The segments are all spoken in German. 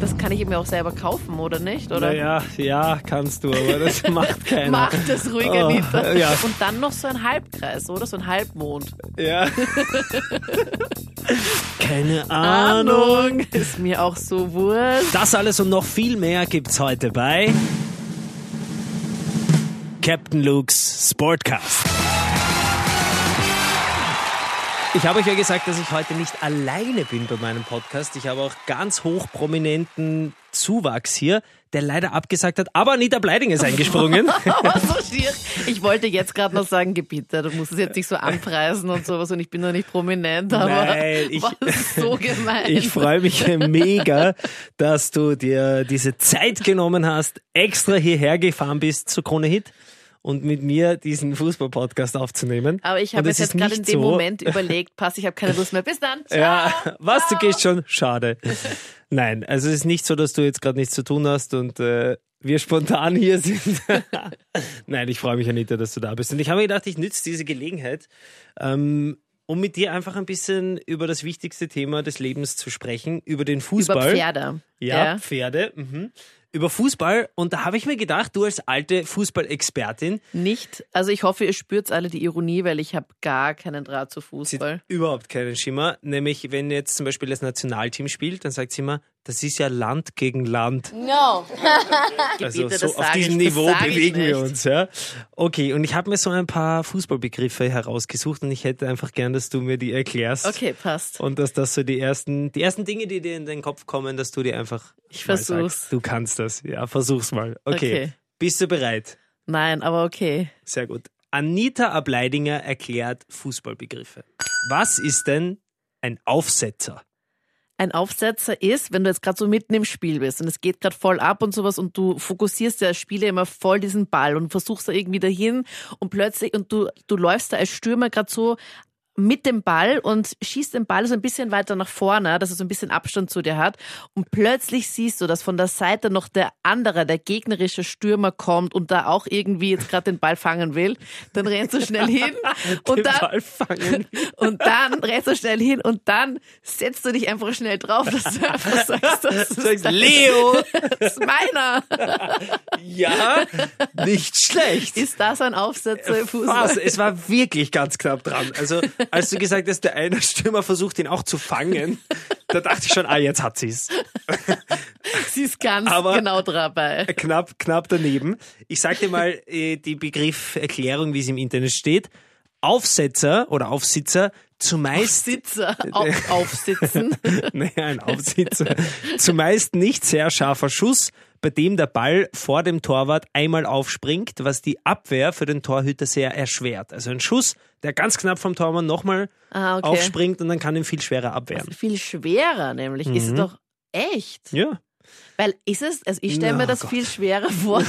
Das kann ich eben auch selber kaufen, oder nicht? Oder? Naja, ja, kannst du, aber das macht keiner. Macht es ruhiger Oh, Anita. ja. Und dann noch so ein Halbkreis, oder? So ein Halbmond. Ja. Keine Ahnung. Ist mir auch so wurscht. Das alles und noch viel mehr gibt's heute bei Captain Luke's Sportcast. Ich habe euch ja gesagt, dass ich heute nicht alleine bin bei meinem Podcast. Ich habe auch ganz hochprominenten Zuwachs hier, der leider abgesagt hat, aber Anita Bleiding ist eingesprungen. Aber Oh, so schier. Ich wollte jetzt gerade noch sagen, Gebiete, du musst es jetzt nicht so anpreisen und sowas und ich bin noch nicht prominent, aber Nein, ich- war so gemein. Ich freue mich mega, dass du dir diese Zeit genommen hast, extra hierher gefahren bist zu Krone Hit und mit mir diesen Fußball-Podcast aufzunehmen. aber ich Und habe es es jetzt ist gerade in nicht dem so- Moment Ah. überlegt, pass, ich habe keine Lust mehr. Bis dann. Ciao. Ja, was, du gehst schon? Schade. Nein, also es ist nicht so, dass du jetzt gerade nichts zu tun hast und äh, wir spontan hier sind. Nein, ich freue mich, Anita, dass du da bist. Und ich habe mir gedacht, ich nütze diese Gelegenheit, ähm, um mit dir einfach ein bisschen über das wichtigste Thema des Lebens zu sprechen, über den Über Fußball. Pferde. Ja, Pferde. Mhm. Über Fußball. Und da habe ich mir gedacht, du als alte Fußballexpertin, Nicht. Also ich hoffe, ihr spürt alle die Ironie, weil ich habe gar keinen Draht zu sie Fußball. hat überhaupt keinen Schimmer. Nämlich, wenn jetzt zum Beispiel das Nationalteam spielt, dann sagt sie immer, das ist ja Land gegen Land. No. Also Bitte, so das auf sag diesem ich, das Niveau sag ich bewegen wir nicht. uns. Ja? Okay, und ich habe mir so ein paar Fußballbegriffe herausgesucht und ich hätte einfach gern, dass du mir die erklärst. Okay, passt. Und dass das so die ersten, die ersten Dinge, die dir in den Kopf kommen, dass du dir einfach. Ich versuch's. Du kannst das. Ja, versuch's mal. Okay. Okay. Bist du bereit? Nein, aber okay. Sehr gut. Anita Ableidinger erklärt Fußballbegriffe. Was ist denn ein Aufsetzer? Ein Aufsetzer ist, wenn du jetzt gerade so mitten im Spiel bist und es geht gerade voll ab und sowas und du fokussierst ja als Spieler immer voll diesen Ball und versuchst da irgendwie dahin und plötzlich und du, du läufst da als Stürmer gerade so mit dem Ball und schießt den Ball so ein bisschen weiter nach vorne, dass er so ein bisschen Abstand zu dir hat. Und plötzlich siehst du, dass von der Seite noch der andere, der gegnerische Stürmer kommt und da auch irgendwie jetzt gerade den Ball fangen will. Dann rennst du schnell hin und Den dann Ball fangen. und dann rennst du schnell hin und dann setzt du dich einfach schnell drauf, dass du einfach sagst, das ist, Sagst, dein- Leo! das ist meiner. Ja, nicht schlecht. Ist das ein Äh, Aufsetzer im Fußball? Was? Es war wirklich ganz knapp dran. Also, als du gesagt hast, der eine Stürmer versucht, ihn auch zu fangen, da dachte ich schon, ah, jetzt hat sie's. Sie ist ganz Aber- äh, genau dabei. Knapp, knapp daneben. Ich sag dir mal äh, die Begrifferklärung, wie es im Internet steht. Aufsetzer oder Aufsitzer zumeist Sitzer, äh, auf, aufsitzen. naja, ein Aufsitzer. Zumeist nicht sehr scharfer Schuss, bei dem der Ball vor dem Torwart einmal aufspringt, was die Abwehr für den Torhüter sehr erschwert. Also ein Schuss, der ganz knapp vom Tormann nochmal Ah, okay. aufspringt und dann kann ihn viel schwerer abwehren. Viel schwerer nämlich. Ist Mhm. es doch echt. Ja, Weil ist es, also ich stelle Na, oh mir das Gott. viel schwerer vor,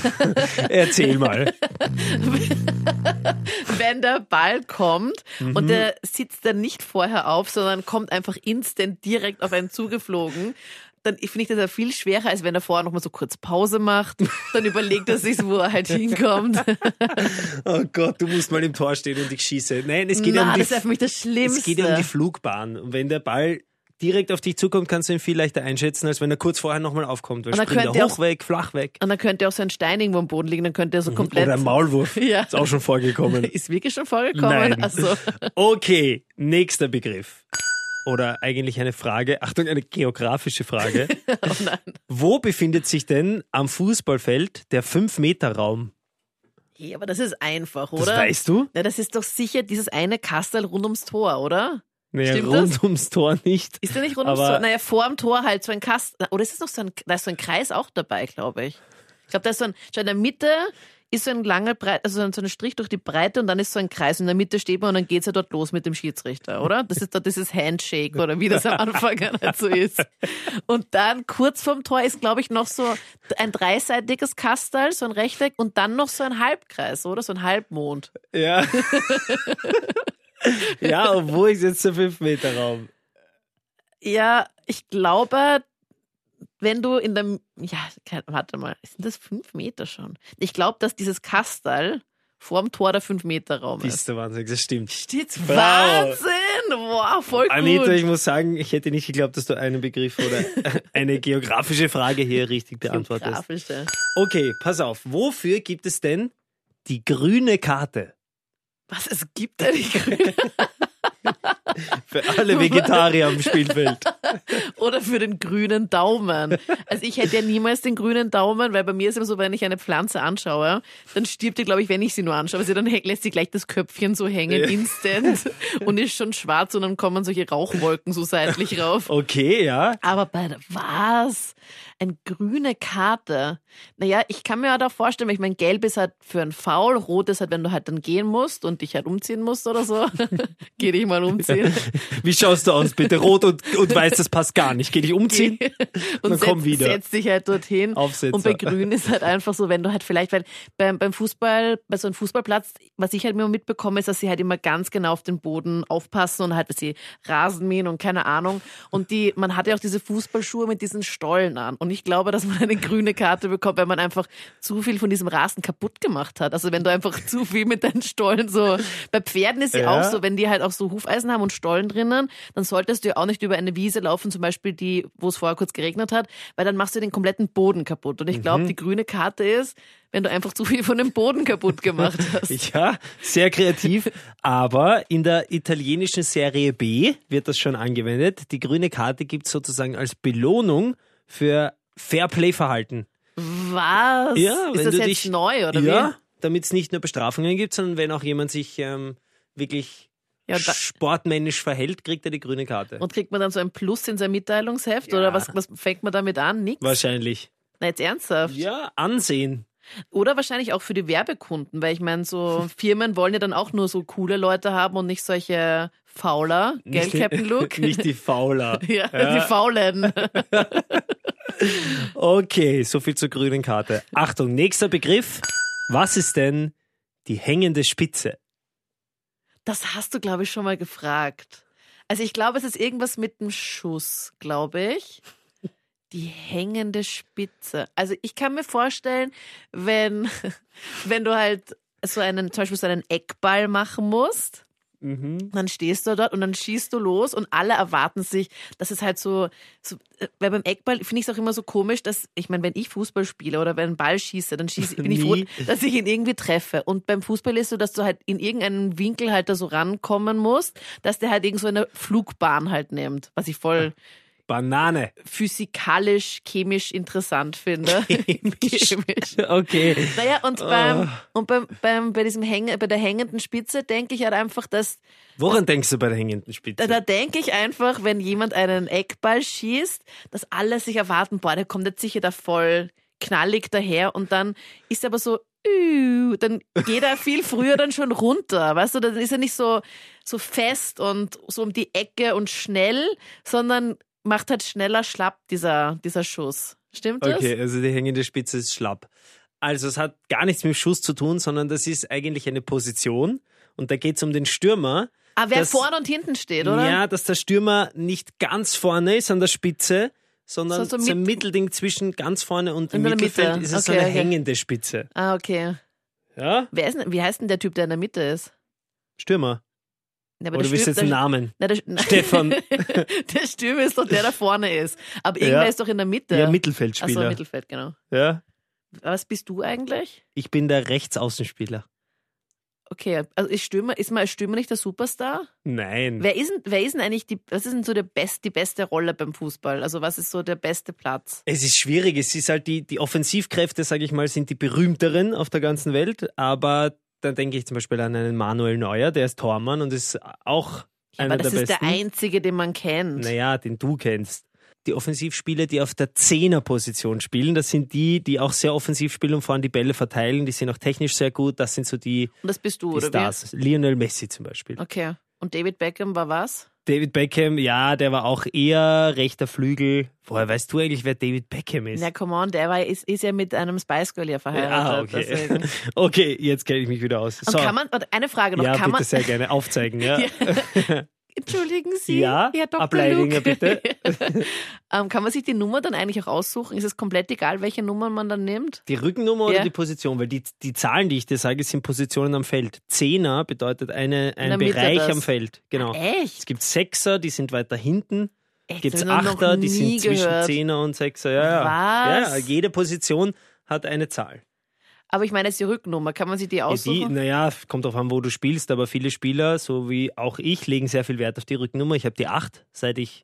erzähl mal. wenn der Ball kommt Mhm. und der sitzt dann nicht vorher auf, sondern kommt einfach instant direkt auf einen zugeflogen. Dann finde ich das ja viel schwerer, als wenn er vorher nochmal so kurz Pause macht. Dann überlegt er sich, wo er halt hinkommt. Oh Gott, du musst mal im Tor stehen und ich schieße. Nein, es geht ja Na, um die das ist ja für mich das Schlimmste. Es geht ja um die Flugbahn. Und wenn der Ball direkt auf dich zukommt, kannst du ihn viel leichter einschätzen, als wenn er kurz vorher nochmal aufkommt. Weil Und dann springt könnte er er hoch weg, flach weg. und dann könnte auch so ein Stein irgendwo am Boden liegen, dann könnte er so komplett. Mhm. Oder ein Maulwurf. Ja. Ist auch schon vorgekommen. ist wirklich schon vorgekommen. Nein. Also, Okay, nächster Begriff. Oder eigentlich eine Frage, Achtung, eine geografische Frage. Oh Wo befindet sich denn am Fußballfeld der 5-Meter-Raum? hey, aber das ist einfach, oder? Das weißt du? Na, das ist doch sicher dieses eine Kastel rund ums Tor, oder? Naja, Stimmt rund das? ums Tor nicht. Ist der nicht rund ums Aber- Tor? Naja, vor dem Tor halt so ein Kasten. Oder ist es noch so ein, da ist so ein Kreis auch dabei, glaube ich. Ich glaube, da ist so ein, schon in der Mitte ist so ein langer Breit, also so ein- so ein Strich durch die Breite und dann ist so ein Kreis und in der Mitte steht man und dann geht's ja dort los mit dem Schiedsrichter, oder? Das ist dort dieses Handshake oder wie das am Anfang halt so ist. Und dann kurz vorm Tor ist, glaube ich, noch so ein dreiseitiges Kastal, so ein Rechteck und dann noch so ein Halbkreis, oder? So ein Halbmond. Ja. ja, und wo ist jetzt der 5-Meter-Raum? Ja, ich glaube, wenn du in der. Ja, kein, warte mal, sind das fünf Meter schon? Ich glaube, dass dieses Kastal vorm Tor der 5-Meter-Raum Die ist. ist der Wahnsinn, das stimmt. Steht's Wow. Wahnsinn! Wow, voll gut. Anita, ich muss sagen, ich hätte nicht geglaubt, dass du einen Begriff oder eine geografische Frage hier richtig beantwortest. Geografische. Okay, pass auf. Wofür gibt es denn die grüne Karte? Was, es gibt eine grüne Für alle Vegetarier am Spielfeld. oder für den grünen Daumen. Also ich hätte ja niemals den grünen Daumen, weil bei mir ist immer so, wenn ich eine Pflanze anschaue, dann stirbt die, glaube ich, wenn ich sie nur anschaue. Also dann hä- lässt sie gleich das Köpfchen so hängen, Ja. instant, und ist schon schwarz und dann kommen solche Rauchwolken so seitlich rauf. Okay, ja. Aber bei der- was? Eine grüne Karte. Naja, ich kann mir halt auch vorstellen, weil ich meine, gelb ist halt für einen Foul, rot ist halt, wenn du halt dann gehen musst und dich halt umziehen musst oder so. Geh dich mal umziehen. Wie schaust du aus, bitte? Rot und, und weiß, das passt gar nicht. Geh dich umziehen. und Dann komm setz, wieder. setz dich halt dorthin. Aufsetzer. Und bei Grün ist halt einfach so, wenn du halt vielleicht, weil beim, beim Fußball, bei so einem Fußballplatz, was ich halt immer mitbekomme, ist, dass sie halt immer ganz genau auf den Boden aufpassen und halt, dass sie Rasen mähen und keine Ahnung. Und die, man hat ja auch diese Fußballschuhe mit diesen Stollen an. Und ich glaube, dass man eine grüne Karte bekommt, wenn man einfach zu viel von diesem Rasen kaputt gemacht hat. Also wenn du einfach zu viel mit deinen Stollen so, bei Pferden ist ja, Ja. auch so, wenn die halt auch so Hufeisen haben und Stollen drinnen, dann solltest du ja auch nicht über eine Wiese laufen, zum Beispiel die, wo es vorher kurz geregnet hat, weil dann machst du den kompletten Boden kaputt. Und ich Mhm. glaube, die grüne Karte ist, wenn du einfach zu viel von dem Boden kaputt gemacht hast. Ja, sehr kreativ. Aber in der italienischen Serie B wird das schon angewendet. Die grüne Karte gibt es sozusagen als Belohnung für Fairplay-Verhalten. Was? Ja, ist wenn das du jetzt dich- neu oder Ja, damit es nicht nur Bestrafungen gibt, sondern wenn auch jemand sich ähm, wirklich wie? Ja, da, sportmännisch verhält, kriegt er die grüne Karte. und kriegt man dann so ein Plus in sein Mitteilungsheft Ja. oder was, was fängt man damit an? Nix. Wahrscheinlich. Na, jetzt ernsthaft. Ja, Ansehen. Oder wahrscheinlich auch für die Werbekunden, weil ich meine, so Firmen wollen ja dann auch nur so coole Leute haben und nicht solche Fauler, gell, Nicht die- Captain Luke? Nicht die Fauler. Ja, die Faulen. Okay, so viel zur grünen Karte. Achtung, nächster Begriff. Was ist denn die hängende Spitze? Das hast du, glaube ich, schon mal gefragt. Also ich glaube, es ist irgendwas mit dem Schuss, glaube ich. Die hängende Spitze. Also ich kann mir vorstellen, wenn, wenn du halt so einen, zum Beispiel so einen Eckball machen musst Mhm. Und dann stehst du dort und dann schießt du los und alle erwarten sich, dass es halt so, so äh, weil beim Eckball finde ich es auch immer so komisch, dass, ich meine, wenn ich Fußball spiele oder wenn einen Ball schieße, dann schieße, bin ich froh, Nie. dass ich ihn irgendwie treffe. Und beim Fußball ist so, dass du halt in irgendeinen Winkel halt da so rankommen musst, dass der halt irgend so eine Flugbahn halt nimmt, was ich voll Banane. physikalisch, chemisch interessant finde. chemisch. Okay. Naja, und beim, und beim, beim, bei diesem Hänge, bei der hängenden Spitze denke ich halt einfach, dass Woran denkst du bei der hängenden Da, Spitze? da denke ich einfach, wenn jemand einen Eckball schießt, dass alle sich erwarten, boah, der kommt jetzt sicher da voll knallig daher und dann ist er aber so, "Üh", dann geht er viel früher dann schon runter, weißt du, dann ist er nicht so, so fest und so um die Ecke und schnell, sondern macht halt schneller schlapp dieser, dieser Schuss. Stimmt das? okay, also die hängende Spitze ist schlapp. Also es hat gar nichts mit dem Schuss zu tun, sondern das ist eigentlich eine Position und da geht es um den Stürmer. Aber Ah, wer Das- vorne und hinten steht, oder? Ja, dass der Stürmer nicht ganz vorne ist an der Spitze, sondern so, So- so ein Mittelding zwischen ganz vorne und im In der Mitte. Mittelfeld ist es so Okay, eine okay. hängende Spitze. Ah, okay. Ja? Wer ist denn, wie heißt denn der Typ, der in der Mitte ist? Stürmer. Ja, aber der Oder Oh, du willst stürmt- jetzt einen der- Namen? Na, der, na, Stefan. der Stürmer ist doch der, der vorne ist. Aber irgendwer Ja. ist doch in der Mitte. Ja, Achso, Mittelfeldspieler. Mittelfeld, genau. ja. Was bist du eigentlich? Ich bin der Rechtsaußenspieler. Okay, also ist Stürmer, ist mal Stürmer nicht der Superstar? Nein. Wer ist denn, wer ist denn eigentlich die, was ist denn so der best, die beste Rolle beim Fußball? Also was ist so der beste Platz? Es ist schwierig. Es ist halt die, die Offensivkräfte, sage ich mal, sind die berühmteren auf der ganzen Welt. Aber dann denke ich zum Beispiel an einen Manuel Neuer, der ist Tormann und ist auch Ja, einer aber das der ist besten. der einzige, den man kennt. naja, den du kennst. Die Offensivspieler, die auf der Zehnerposition spielen, das sind die, die auch sehr offensiv spielen und vorne die Bälle verteilen. Die sind auch technisch sehr gut. Das sind so die, Und das bist du, die oder Stars. Lionel Messi zum Beispiel. wie? Okay. Und David Beckham war was? David Beckham, ja, der war auch eher rechter Flügel. Woher weißt du eigentlich, wer David Beckham ist? Na, come on, der war, ist, ist ja mit einem Spice Girl ja verheiratet. Ah, okay. deswegen. okay, jetzt kenne ich mich wieder aus. Und So. kann man, und eine Frage noch, ja, kann bitte man, sehr gerne aufzeigen. Ja. Ja. Entschuldigen Sie, Ja, Herr Dr. Ableidinger, Luke. bitte. ähm, kann man sich die Nummer dann eigentlich auch aussuchen? Ist es komplett egal, welche Nummer man dann nimmt? Die Rückennummer oder Ja. die Position? Weil die, die Zahlen, die ich dir sage, sind Positionen am Feld. Zehner bedeutet eine, ein der Mitte Bereich das. am Feld. Genau. Es Echt? gibt Sechser, die sind weiter hinten. Echt? Gibt es Das hab ich noch Achter, nie die sind zwischen gehört. Zehner und Sechser. Ja, ja. Was? ja, jede Position hat eine Zahl. Aber ich meine, es ist die Rücknummer. Kann man sich die Ja, Die, aussuchen? naja, kommt drauf an, wo du spielst, aber viele Spieler, so wie auch ich, legen sehr viel Wert auf die Rückennummer. Ich habe die 8, seit ich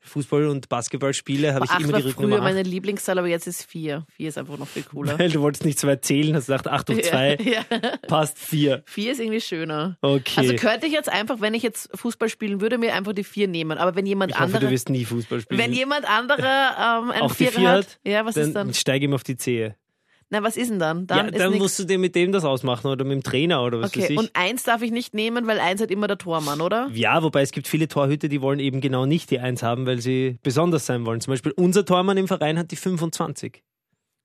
Fußball und Basketball spiele, habe ich Acht immer war die früher Rückennummer. meine Lieblingszahl, aber jetzt ist vier. Vier ist einfach noch viel cooler. 8. Weil du wolltest nicht so weit zählen, hast gedacht, 8 durch 2 Ja, ja. passt 4. Vier ist irgendwie schöner. Okay. Also könnte ich jetzt einfach, wenn ich jetzt Fußball spielen würde, mir einfach die vier nehmen. Aber wenn jemand ich hoffe, du anderer, wirst nie Fußball spielen. wenn jemand anderer ähm, einen auch die Vierer 4 hat, ja, was ist dann? steige ihm auf die Zehe. Na, was ist denn dann? Dann ja, ist dann nix. musst du dir mit dem das ausmachen oder mit dem Trainer oder was weiß Okay, ich. und eins darf ich nicht nehmen, weil eins hat immer der Tormann, oder? Ja, wobei es gibt viele Torhüter, die wollen eben genau nicht die 1 haben, weil sie besonders sein wollen. Zum Beispiel unser Tormann im Verein hat die 25.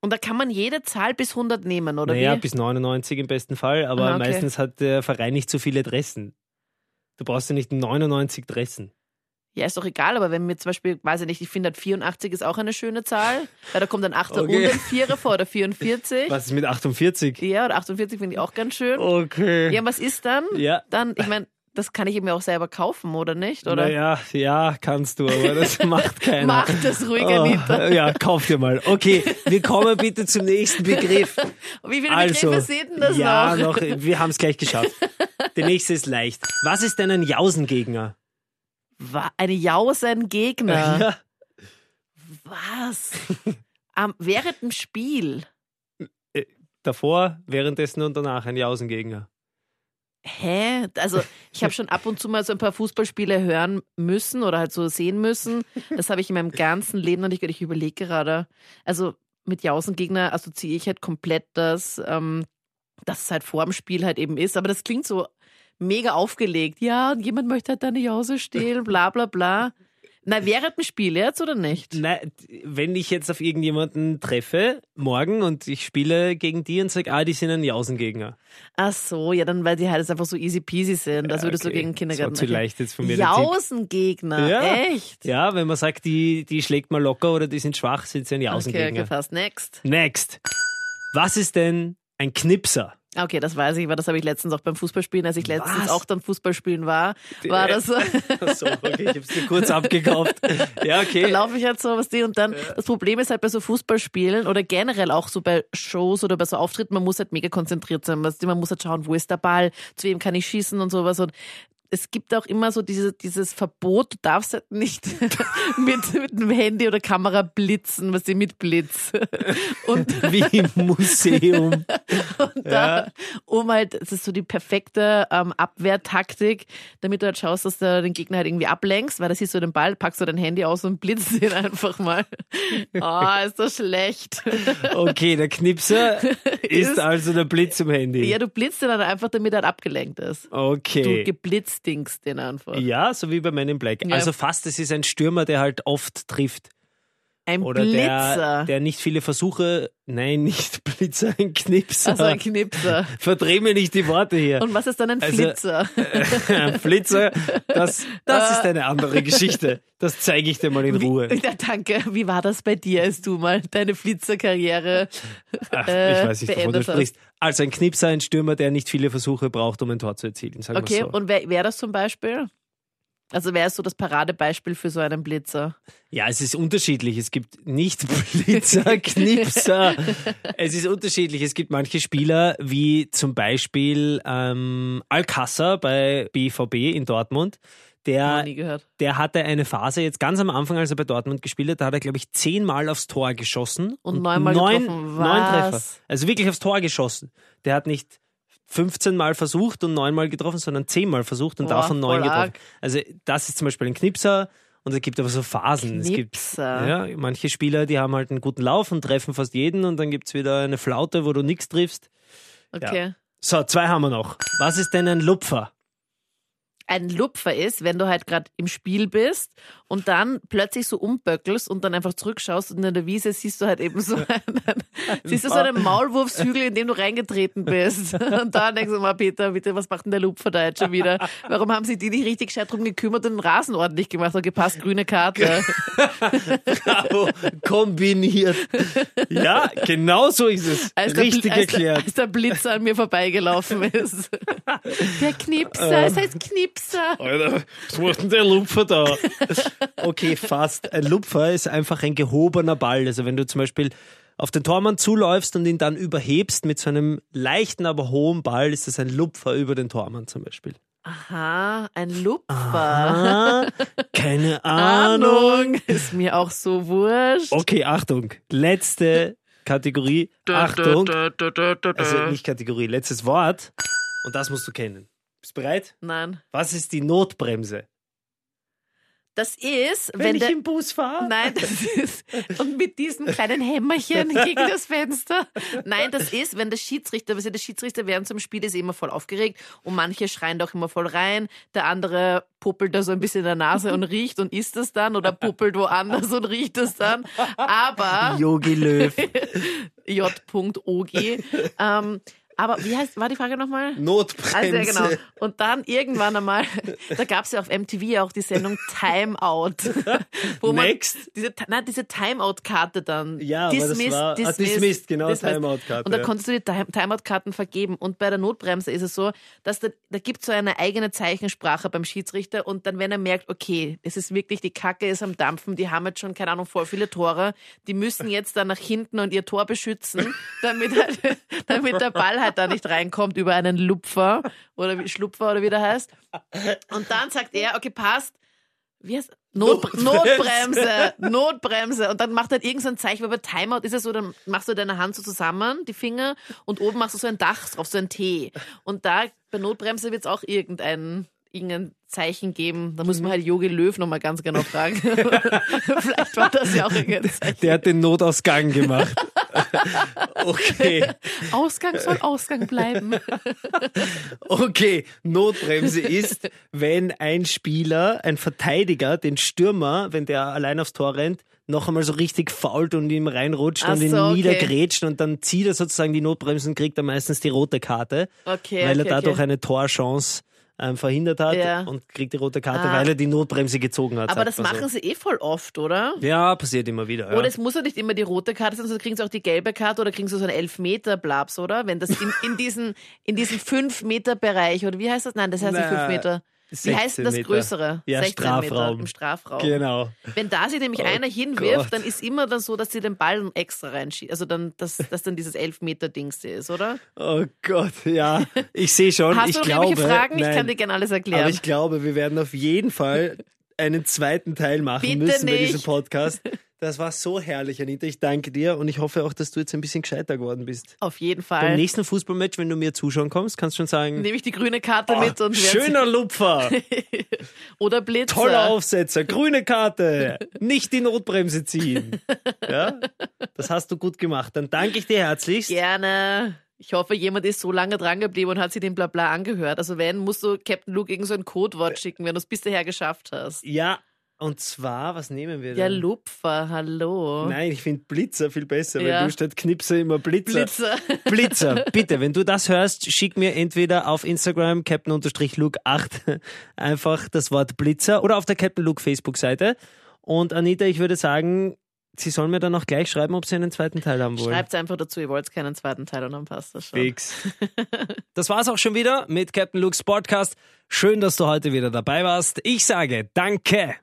Und da kann man jede Zahl bis 100 nehmen, oder naja, wie? bis 99 im besten Fall, aber Aha, okay. meistens hat der Verein nicht so viele Dressen. Du brauchst ja nicht 99 Dressen. Ja, ist doch egal, aber wenn mir zum Beispiel, weiß ich nicht, ich finde halt 84 ist auch eine schöne Zahl, weil da kommt dann 8 Okay. und ein Vierer vor, oder 44. Was ist mit 48? Ja, oder 48 finde ich auch ganz schön. Okay. Ja, und was ist dann? Ja. Dann, ich meine, das kann ich eben auch selber kaufen, oder nicht? Oder? Naja, ja, kannst du, aber das macht keiner. Mach das ruhig, Anita. Oh, ja, kauf dir mal. Okay, wir kommen bitte zum nächsten Begriff. Wie viele Also, Begriffe sind denn das ja, noch? noch? wir haben es gleich geschafft. Der nächste ist leicht. Was ist denn ein Jausengegner? Wa- Eine Jausengegner. Ja. Was? Am, während dem Spiel. Davor, währenddessen und danach ein Jausengegner. Hä? Also, ich habe schon ab und zu mal so ein paar Fußballspiele hören müssen oder halt so sehen müssen. Das habe ich in meinem ganzen Leben noch nicht gehört. Ich überlege gerade. Also, mit Jausengegner assoziiere ich halt komplett das, ähm, dass es halt vor dem Spiel halt eben ist. Aber das klingt so mega aufgelegt. Ja, und jemand möchte halt deine Jause stehlen, bla, bla, bla. Na, während dem Spiel jetzt oder nicht? Nein, wenn ich jetzt auf irgendjemanden treffe, morgen, und ich spiele gegen die und sage, ah, die sind ein Jausengegner. Ach so, ja, dann, weil die halt jetzt einfach so easy peasy sind. Das Also würdest okay. du gegen Kindergarten. Das war zu leicht jetzt von mir. der Tipp. Jausengegner, Ja. echt? Ja, wenn man sagt, die, die schlägt man locker oder die sind schwach, sind sie ein Okay, Jausengegner. gefasst. Next. Next. Was ist denn ein Knipser? Ah, Okay, das weiß ich, weil das habe ich letztens auch beim Fußballspielen, als ich letztens Was? auch dann Fußballspielen war, war das so. So, okay, ich habe es dir kurz abgekauft. Ja, Da okay. laufe ich halt so, was die und dann, das Problem ist halt bei so Fußballspielen oder generell auch so bei Shows oder bei so Auftritten, man muss halt mega konzentriert sein, weißt du, man muss halt schauen, wo ist der Ball, zu wem kann ich schießen und sowas und es gibt auch immer so diese, dieses Verbot, du darfst halt nicht mit, mit dem Handy oder Kamera blitzen, was die mit Blitz. Und Wie im Museum. da, um halt, es ist so die perfekte ähm, Abwehrtaktik, damit du halt schaust, dass du den Gegner halt irgendwie ablenkst, weil da siehst du den Ball, packst du dein Handy aus und blitzt ihn einfach mal. Ah, ist das schlecht. Okay, der Knipser ist Ist- also der Blitz im Handy. Ja, du blitzt ihn dann einfach, damit er halt abgelenkt ist. Du Okay. geblitzdingst den einfach. Ja, so wie bei Men in Black. Ja. Also fast, es ist ein Stürmer, der halt oft trifft. Ein Oder der, Blitzer. der nicht viele Versuche, nein, nicht Blitzer, ein Knipser. also ein Knipser. Verdreh mir nicht die Worte hier. Und was ist dann ein Also- Flitzer? Ein Blitzer, das, das ist eine andere Geschichte. Das zeige ich dir mal in Ruhe. Ah. Wie, ja, danke. Wie war das bei dir, als du mal deine Flitzerkarriere Ach, ich äh, weiß nicht, wovon du beendet hast. sprichst. Also ein Knipser, ein Stürmer, der nicht viele Versuche braucht, um ein Tor zu erzielen. Sagen Okay, wir so. und wer wäre das zum Beispiel? Also wäre es so das Paradebeispiel für so einen Blitzer? Ja, es ist unterschiedlich. Es gibt nicht Blitzer, Knipser. Es ist unterschiedlich. Es gibt manche Spieler, wie zum Beispiel ähm, Alcassa bei BVB in Dortmund. Noch Der, nie gehört. der hatte eine Phase jetzt ganz am Anfang, als er bei Dortmund gespielt hat, da hat er, glaube ich, zehnmal aufs Tor geschossen. Und neunmal neun, getroffen. neun Was? Treffer. Also wirklich aufs Tor geschossen. Der hat nicht 15 Mal versucht und neunmal getroffen, sondern zehnmal versucht und Boah, davon neun voll getroffen. arg. Also das ist zum Beispiel ein Knipser und es gibt aber so Phasen. Es gibt Knipser. ja, manche Spieler, die haben halt einen guten Lauf und treffen fast jeden und dann gibt es wieder eine Flaute, wo du nichts triffst. Okay. So, zwei haben wir noch. Was ist denn ein Lupfer? ein Lupfer ist, wenn du halt gerade im Spiel bist und dann plötzlich so umböckelst und dann einfach zurückschaust und in der Wiese siehst du halt eben so einen, siehst du so einen Maulwurfshügel, in den du reingetreten bist. Und da denkst du mal, Peter, bitte, was macht denn der Lupfer da jetzt schon wieder? Warum haben sie die nicht richtig gescheit drum gekümmert und den Rasen ordentlich gemacht und gepasst, grüne Karte? Bravo, kombiniert. Ja, genau so ist es. Als der, Richtig Bl- als, der, erklärt. als der Blitzer an mir vorbeigelaufen ist. Der Äh. Knipser, es heißt Knipser. Alter, was macht denn der Lupfer da? Okay, fast. Ein Lupfer ist einfach ein gehobener Ball. Also wenn du zum Beispiel auf den Tormann zuläufst und ihn dann überhebst mit so einem leichten, aber hohen Ball, ist das ein Lupfer über den Tormann zum Beispiel. Aha, ein Lupfer. Ah, keine Ahnung. Oh, Ahnung. Ist mir auch so wurscht. Okay, Achtung. Letzte Kategorie. Achtung. Also Äh. nicht Kategorie, letztes Wort. Und das musst du kennen. Bist bereit? Nein. Was ist die Notbremse? Das ist, wenn, der. Bus fahre? Nein, das ist. Und mit diesem kleinen Hämmerchen gegen das Fenster. Nein, das ist, wenn der Schiedsrichter, also der Schiedsrichter während zum Spiel ist immer voll aufgeregt und manche schreien doch immer voll rein. Der andere puppelt da so ein bisschen in der Nase und riecht und isst es dann oder puppelt woanders und riecht es dann. Aber. Yogi Löw. Also, J.OG. ähm, aber wie heißt, war die Frage nochmal? Notbremse. Also ja, genau. Und dann irgendwann einmal, da gab es ja auf MTV auch die Sendung Timeout. Wo Next. diese, nein, diese Timeout-Karte dann. Ja, aber das war- ah, dismissed, genau, Timeout-Karte, Und da ja. konntest du die Time- Timeout-Karten vergeben. Und bei der Notbremse ist es so, dass da, da gibt es so eine eigene Zeichensprache beim Schiedsrichter. Und dann, wenn er merkt, okay, es ist wirklich, die Kacke ist am Dampfen, die haben jetzt schon, keine Ahnung, voll viele Tore, die müssen jetzt dann nach hinten und ihr Tor beschützen, damit, halt, damit der Ball halt da nicht reinkommt über einen Lupfer oder wie- Schlupfer oder wie der heißt. Und dann sagt er, okay, passt. Wie heißt Not, Notbremse. Notbremse, Notbremse. Und dann macht er halt irgend so ein Zeichen, weil bei Timeout ist es so, dann machst du deine Hand so zusammen, die Finger, und oben machst du so ein Dach drauf, so ein T. Und da, bei Notbremse wird es auch irgendein, irgendein Zeichen geben. Da muss man halt Jogi Löw nochmal ganz genau fragen. Vielleicht war das ja auch irgendein Zeichen. Der hat den Notausgang gemacht. okay, Ausgang soll Ausgang bleiben. okay. Notbremse ist, wenn ein Spieler, ein Verteidiger, den Stürmer, wenn der allein aufs Tor rennt, noch einmal so richtig fault und ihm reinrutscht Ach und ihn so, okay. niedergrätscht und dann zieht er sozusagen die Notbremse und kriegt dann meistens die rote Karte. Okay, weil er okay, dadurch halt okay. eine Torchance ähm, verhindert hat Ja. und kriegt die rote Karte, Ah. weil er die Notbremse gezogen hat. Aber sagt also das man so. machen Oh, sie eh voll oft, oder? Ja, passiert immer wieder. Ja. Oder es muss ja nicht immer die rote Karte sein, sondern kriegen sie auch die gelbe Karte oder kriegen sie so einen Elfmeter-Blabs, oder? Wenn das in, in diesen, in diesen Fünf-Meter-Bereich, oder wie heißt das? Nein, das heißt nicht Na, fünf Meter. Wie 16 heißt denn das Meter. größere? Ja, 16 Strafraum. Meter im Strafraum. Genau. Wenn da sich nämlich Oh einer hinwirft, Gott. dann ist immer dann so, dass sie den Ball extra reinschießt. Also dann, dass, dass dann dieses Elfmeter-Dings ist, oder? Oh Gott, ja. Ich sehe schon. Hast ich du noch glaube, irgendwelche Fragen? Nein, Ich kann dir gerne alles Aber erklären. ich glaube, wir werden auf jeden Fall einen zweiten Teil machen Bitte müssen bei diesem nicht. Podcast. Das war so herrlich, Anita. Ich danke dir und ich hoffe auch, dass du jetzt ein bisschen gescheiter geworden bist. Auf jeden Beim Fall. nächsten Fußballmatch, wenn du mir zuschauen kommst, kannst du schon sagen, "Ah, Nehme ich die grüne Oh, Karte mit und werd- schöner Lupfer, oder Blitzer. toller Aufsetzer, grüne Karte, nicht die Notbremse ziehen. Ja? Das hast du gut gemacht. Dann danke ich dir herzlichst. Gerne. Ich hoffe, jemand ist so lange dran geblieben und hat sich den Blabla angehört. Also wenn, musst du Captain Luke irgend so ein Codewort schicken, wenn du es bis daher geschafft hast. Äh. Ja, und zwar, was nehmen wir Ja, denn? Lupfer, hallo. Nein, ich finde Blitzer viel besser, Ja. weil du statt Knipse immer Blitzer. Blitzer. Blitzer, bitte, wenn du das hörst, schick mir entweder auf Instagram Captain-Luke8 einfach das Wort Blitzer oder auf der Captain Luke Facebook-Seite. Und Anita, ich würde sagen, sie sollen mir dann auch gleich schreiben, ob sie einen zweiten Teil haben wollen. Schreibt's einfach dazu, ihr wollt keinen zweiten Teil und dann passt das schon. Fix. Das war's auch schon wieder mit Captain Luke's Podcast. Schön, dass du heute wieder dabei warst. Ich sage Danke.